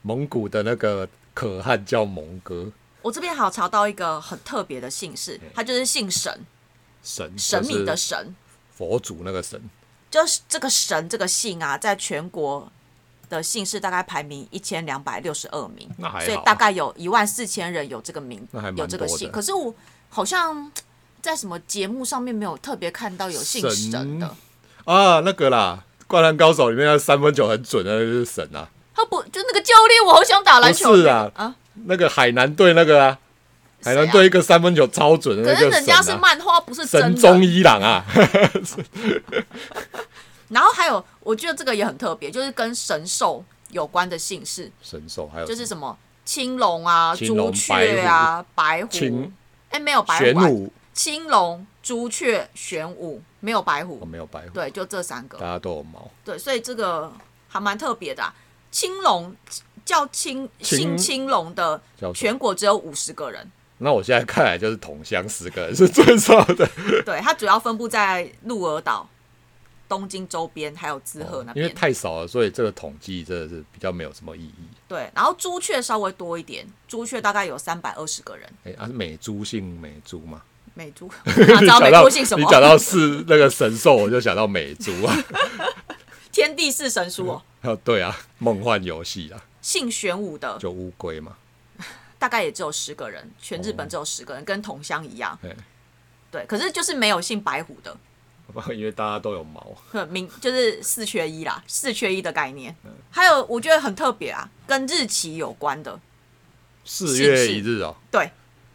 Speaker 2: 蒙古的那个可汗叫蒙哥。
Speaker 1: 我这边还有查到一个很特别的姓氏，他就是姓神，
Speaker 2: 神
Speaker 1: 神
Speaker 2: 就是
Speaker 1: 明的神，
Speaker 2: 佛祖那个神，
Speaker 1: 就是这个神这个姓啊，在全国的姓氏大概排名一千两百六十二名，
Speaker 2: 那还好啊
Speaker 1: 所以大概有一万四千人有这个名
Speaker 2: 那还，蛮
Speaker 1: 有这个姓。
Speaker 2: 多的
Speaker 1: 可是我好像在什么节目上面没有特别看到有姓神的
Speaker 2: 神，啊，那个啦，《灌篮高手》里面那三分球很准的那就是神啊，
Speaker 1: 他不就那个教练，我好想打篮球
Speaker 2: 不是
Speaker 1: 那
Speaker 2: 啊
Speaker 1: 个啊，
Speaker 2: 那个海南队那个啊，海南队一个三分球超准的
Speaker 1: 可
Speaker 2: 那
Speaker 1: 是
Speaker 2: 个
Speaker 1: 人家是
Speaker 2: 神啊，
Speaker 1: 漫画，不是真
Speaker 2: 神
Speaker 1: 的。
Speaker 2: 中伊朗啊，
Speaker 1: 然后还有，我觉得这个也很特别，就是跟神兽有关的姓氏，
Speaker 2: 神兽还有
Speaker 1: 就是什么青龙啊、
Speaker 2: 青龙
Speaker 1: 朱雀啊、白虎
Speaker 2: 青，
Speaker 1: 哎，没有白
Speaker 2: 玄
Speaker 1: 虎、啊，
Speaker 2: 武，
Speaker 1: 青龙、朱雀、玄武，没有白
Speaker 2: 我
Speaker 1: 虎，
Speaker 2: 哦没有白虎，
Speaker 1: 对，就这三个，
Speaker 2: 大家都有毛，
Speaker 1: 对，所以这个还蛮特别的、啊。青龙叫青
Speaker 2: 青
Speaker 1: 姓青龙的，
Speaker 2: 叫什么？
Speaker 1: 全国只有五十个人，
Speaker 2: 那我现在看来就是同乡十个人是最少的，
Speaker 1: 对，它主要分布在鹿儿岛、东京周边还有滋贺那
Speaker 2: 哦因为
Speaker 1: 边，
Speaker 2: 太少了，所以这个统计真的是比较没有什么意义。
Speaker 1: 对，然后朱雀稍微多一点，朱雀大概有三百二十个人。
Speaker 2: 哎、啊，是美猪姓美猪吗？
Speaker 1: 美 猪， 哪知道美
Speaker 2: 讲到
Speaker 1: 猪姓什
Speaker 2: 你
Speaker 1: 么？
Speaker 2: 讲到是那个神兽，我就想到美猪啊。
Speaker 1: 天地四神书哦，
Speaker 2: 哦，对啊，梦幻游戏啊，
Speaker 1: 姓玄武的
Speaker 2: 就乌龟嘛。
Speaker 1: 大概也只有十个人，全日
Speaker 2: 哦
Speaker 1: 本只有十个人，跟同乡一样。
Speaker 2: 对，
Speaker 1: 对，可是就是没有姓白虎的，
Speaker 2: 因为大家都有毛，
Speaker 1: 呵名就是四缺一啦，四缺一的概念。
Speaker 2: 嗯
Speaker 1: 还有我觉得很特别啊，跟日期有关的，
Speaker 2: 四月
Speaker 1: 是
Speaker 2: 一日哦，
Speaker 1: 对，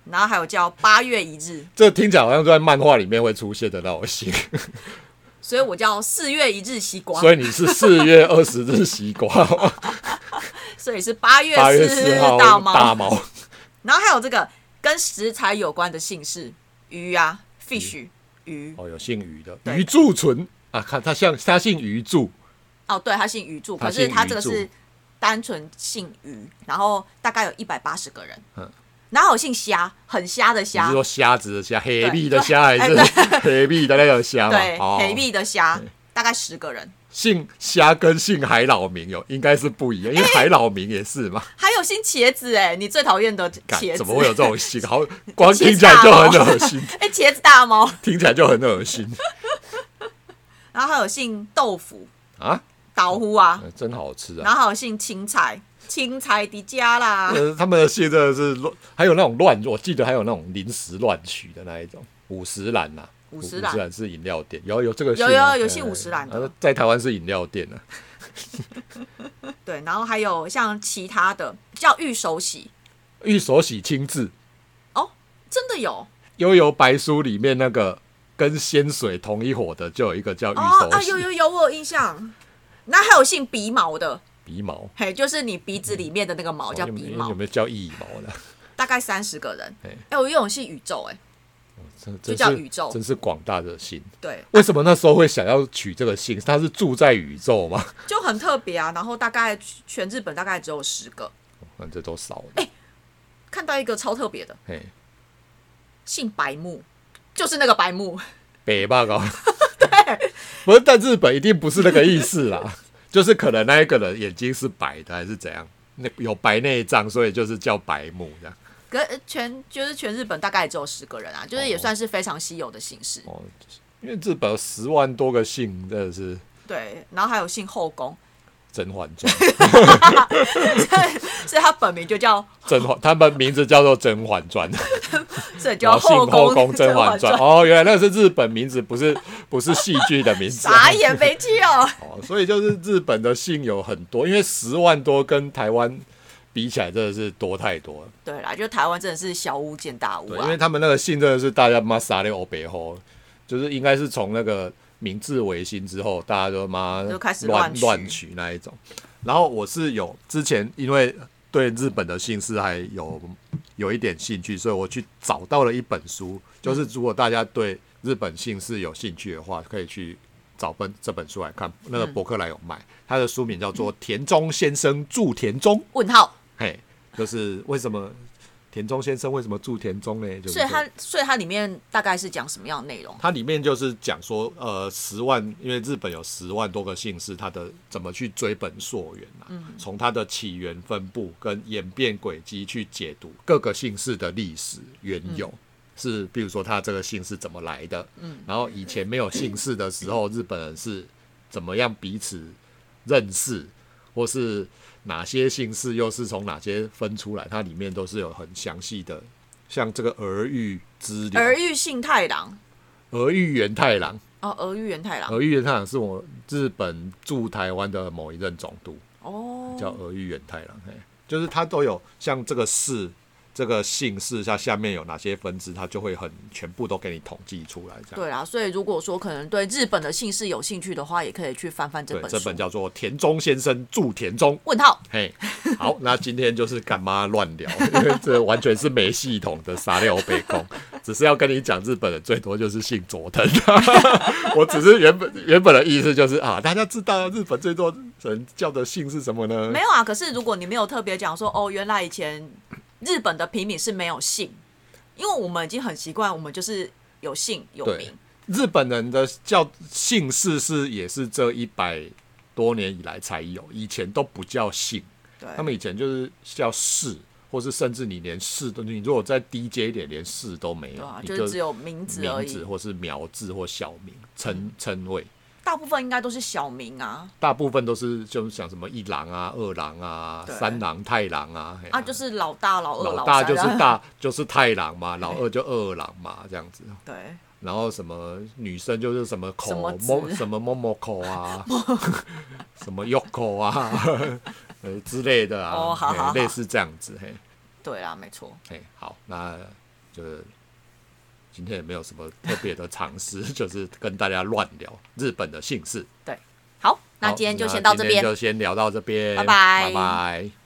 Speaker 1: 然后还有叫八月一日，
Speaker 2: 这听起来好像在漫画里面会出现的那种型，
Speaker 1: 所以我叫四月一日西瓜，
Speaker 2: 所以你是四月二十日西瓜，哦
Speaker 1: 所以是八月
Speaker 2: 八月
Speaker 1: 四
Speaker 2: 四号
Speaker 1: 大
Speaker 2: 大
Speaker 1: 猫。
Speaker 2: 毛，
Speaker 1: 然后还有这个跟食材有关的姓氏，鱼啊，fish 鱼，
Speaker 2: 哦，有姓于的
Speaker 1: 对
Speaker 2: 于柱纯啊，看他像他姓于柱，
Speaker 1: 哦，对，他姓余柱，
Speaker 2: 他
Speaker 1: 可是
Speaker 2: 姓
Speaker 1: 他
Speaker 2: 余
Speaker 1: 这个
Speaker 2: 柱
Speaker 1: 是单纯姓余，然后大概有一百八十个人。
Speaker 2: 嗯
Speaker 1: 然后有姓虾，很虾的
Speaker 2: 你是
Speaker 1: 虾，
Speaker 2: 说瞎子的瞎，黑币的瞎还是 黑币的那个瞎嘛？
Speaker 1: 对，
Speaker 2: 哦
Speaker 1: 黑币的虾，大概十个人。
Speaker 2: 姓虾跟姓海老名有应该是不一样，因
Speaker 1: 哎
Speaker 2: 为海老名也 是嘛。
Speaker 1: 还有姓茄子，哎，你最讨厌的
Speaker 2: 干
Speaker 1: 茄子？
Speaker 2: 怎么会有这种姓？好，光听起来就很恶心，
Speaker 1: 哎，茄子大猫。
Speaker 2: 听起来就很恶心
Speaker 1: 然后还有姓豆腐、
Speaker 2: 啊！
Speaker 1: 岛呼啊，
Speaker 2: 呃真好吃啊！
Speaker 1: 然后还有姓青菜、青菜的家啦。
Speaker 2: 呃，他们的蟹真的是乱，还有那种乱，我记得还有那种临时乱取的那一种五十兰呐。
Speaker 1: 五
Speaker 2: 五
Speaker 1: 十
Speaker 2: 十
Speaker 1: 岚
Speaker 2: 兰是饮料店，有有这个
Speaker 1: 有
Speaker 2: 姓吗
Speaker 1: 有有
Speaker 2: 呃
Speaker 1: 姓五十岚的
Speaker 2: 呃在台湾是饮料店啊，
Speaker 1: 对，然后还有像其他的叫玉手洗，
Speaker 2: 玉手洗亲自《
Speaker 1: 哦，真的有
Speaker 2: 悠游白书》里面那个跟仙水同一伙的，就有一个叫玉
Speaker 1: 哦
Speaker 2: 手
Speaker 1: 啊，
Speaker 2: 洗
Speaker 1: 有有有，我有印象。那还有姓鼻毛的，
Speaker 2: 鼻毛，哦
Speaker 1: 嘿，就是你鼻子里面的那个哦毛叫
Speaker 2: 有没
Speaker 1: 鼻
Speaker 2: 有
Speaker 1: 毛
Speaker 2: 有，没有叫腋毛的？
Speaker 1: 大概三十个人。哎
Speaker 2: 嘿、
Speaker 1: 我游泳系宇宙、哎，
Speaker 2: 真
Speaker 1: 就
Speaker 2: 真
Speaker 1: 叫
Speaker 2: 是
Speaker 1: 宇宙
Speaker 2: 真是广大的心。
Speaker 1: 对，
Speaker 2: 为什么那时候会想要取这个姓？他是住在宇宙吗？
Speaker 1: 就很特别啊。然后大概全日本大概只有十个。
Speaker 2: 嗯，这都少了。
Speaker 1: 哎看到一个超特别的，
Speaker 2: 嘿，
Speaker 1: 姓白木，就是那个白木，
Speaker 2: 北吧 高。 不是，但日本一定不是那个意思啦， 就是可能那一个人眼睛是白的，还是怎样？那有白内障，所以就是叫白目这样。
Speaker 1: 可呃全就是全日本大概也只有十个人啊，就是也算是非常稀有的形式。
Speaker 2: 哦，因为日本有十万多个姓，真的是
Speaker 1: 对，然后还有姓后宫，
Speaker 2: 甄嬛 传》
Speaker 1: 所以他本名就叫，
Speaker 2: 甄嬛，他们名字叫做《甄嬛传》，
Speaker 1: 所以叫
Speaker 2: 然后姓后宫《 甄
Speaker 1: 甄
Speaker 2: 嬛传》。
Speaker 1: 传。
Speaker 2: 哦，原来那是日本名字，不是不是戏剧的名 字。
Speaker 1: 傻眼飞机哦，
Speaker 2: 哦，所以就是日本的姓有很多，因为十万多跟台湾比起来真的是多太多了。
Speaker 1: 对啦，就台湾真的是小巫见大巫
Speaker 2: 对，
Speaker 1: 啊
Speaker 2: 因为。他们那个姓真的是大家妈傻六欧北吼，就是应该是从那个明治维新之后，大家都妈
Speaker 1: 就开始
Speaker 2: 乱
Speaker 1: 乱取
Speaker 2: 乱取那一种。然后我是有之前因为对日本的姓氏还有有一点兴趣，所以我去找到了一本书，就是如果大家对日本姓氏有兴趣的话，可以去。找本这本书来看，
Speaker 1: 嗯
Speaker 2: 那个博客来有卖，它的书名叫做《田中先生住田中》，
Speaker 1: 问号，
Speaker 2: 嘿，就是为什么田中先生为什么住田中呢？就是
Speaker 1: 所以
Speaker 2: 说
Speaker 1: 它所以它里面大概是讲什么样的内容？
Speaker 2: 它里面就是讲说，呃，十万，因为日本有十万多个姓氏，它的怎么去追本溯源啊，从它的起源、分布跟演变轨迹去解读各个姓氏的历史缘由。是，比如说它这个姓是怎么来的，嗯，然后以前没有姓氏的时候，日本人是怎么样彼此认识，或是哪些姓氏又是从哪些分出来，它里面都是有很详细的，像这个儿玉之流，
Speaker 1: 儿玉信太郎
Speaker 2: 儿玉源太郎，
Speaker 1: 哦，儿玉元太郎
Speaker 2: 俄玉元太郎是我日本驻台湾的某一任总督，
Speaker 1: 哦，
Speaker 2: 叫俄玉元太郎。嘿，就是他都有像这个氏、这个姓氏下下面有哪些分支，他就会很全部都给你统计出来。这样
Speaker 1: 对啦，所以如果说可能对日本的姓氏有兴趣的话，也可以去翻翻这
Speaker 2: 对
Speaker 1: 本书。
Speaker 2: 这本叫做《田中先生住田中》。
Speaker 1: 问号，
Speaker 2: 嘿，好，那今天就是干妈乱聊， 因为这完全是没系统的撒尿北控，只是要跟你讲，日本人最多就是姓佐藤。 我只是原本原本的意思就是啊，大家知道日本最多人叫的姓是什么呢
Speaker 1: 没？有啊。可是如果你没有特别讲说哦，原来以前日本的平民是没有姓，因为我们已经很习惯，我们就是有姓有
Speaker 2: 对
Speaker 1: 名。，
Speaker 2: 日本人的叫姓氏是也是这一百多年以来才有，以前都不叫姓。
Speaker 1: 对，
Speaker 2: 他们以前就是叫氏，或是甚至你连氏都，你如果再低阶一点，连氏都没
Speaker 1: 对
Speaker 2: 有
Speaker 1: 啊，，
Speaker 2: 你
Speaker 1: 就是只有名字而
Speaker 2: 名字
Speaker 1: 已。
Speaker 2: 或是苗字或小名称称谓，
Speaker 1: 大部分应该都是小名啊，
Speaker 2: 大部分都是就是像什么一郎啊、二郎啊、
Speaker 1: 对
Speaker 2: 三郎、太郎啊，嘿
Speaker 1: 啊，就是老大、老二、
Speaker 2: 老
Speaker 1: 老
Speaker 2: 大
Speaker 1: 三，啊
Speaker 2: 就是
Speaker 1: 然后
Speaker 2: 大就是太郎嘛，老二就二郎嘛，这样子。
Speaker 1: 对，
Speaker 2: 然后什么女生就是什么口
Speaker 1: 什么子
Speaker 2: 么什么 Momoko 啊，什么 Yoko 啊， 呃之类的啊，
Speaker 1: 哦好
Speaker 2: 嘿
Speaker 1: 好好
Speaker 2: 类似这样子嘿。
Speaker 1: 对啦，没错。
Speaker 2: 哎，好，那就是今天也没有什么特别的尝试， 就是跟大家乱聊日本的姓氏。
Speaker 1: 好，那
Speaker 2: 好
Speaker 1: 今天就先到这边
Speaker 2: 就。先聊到这边，
Speaker 1: 拜拜
Speaker 2: 拜拜。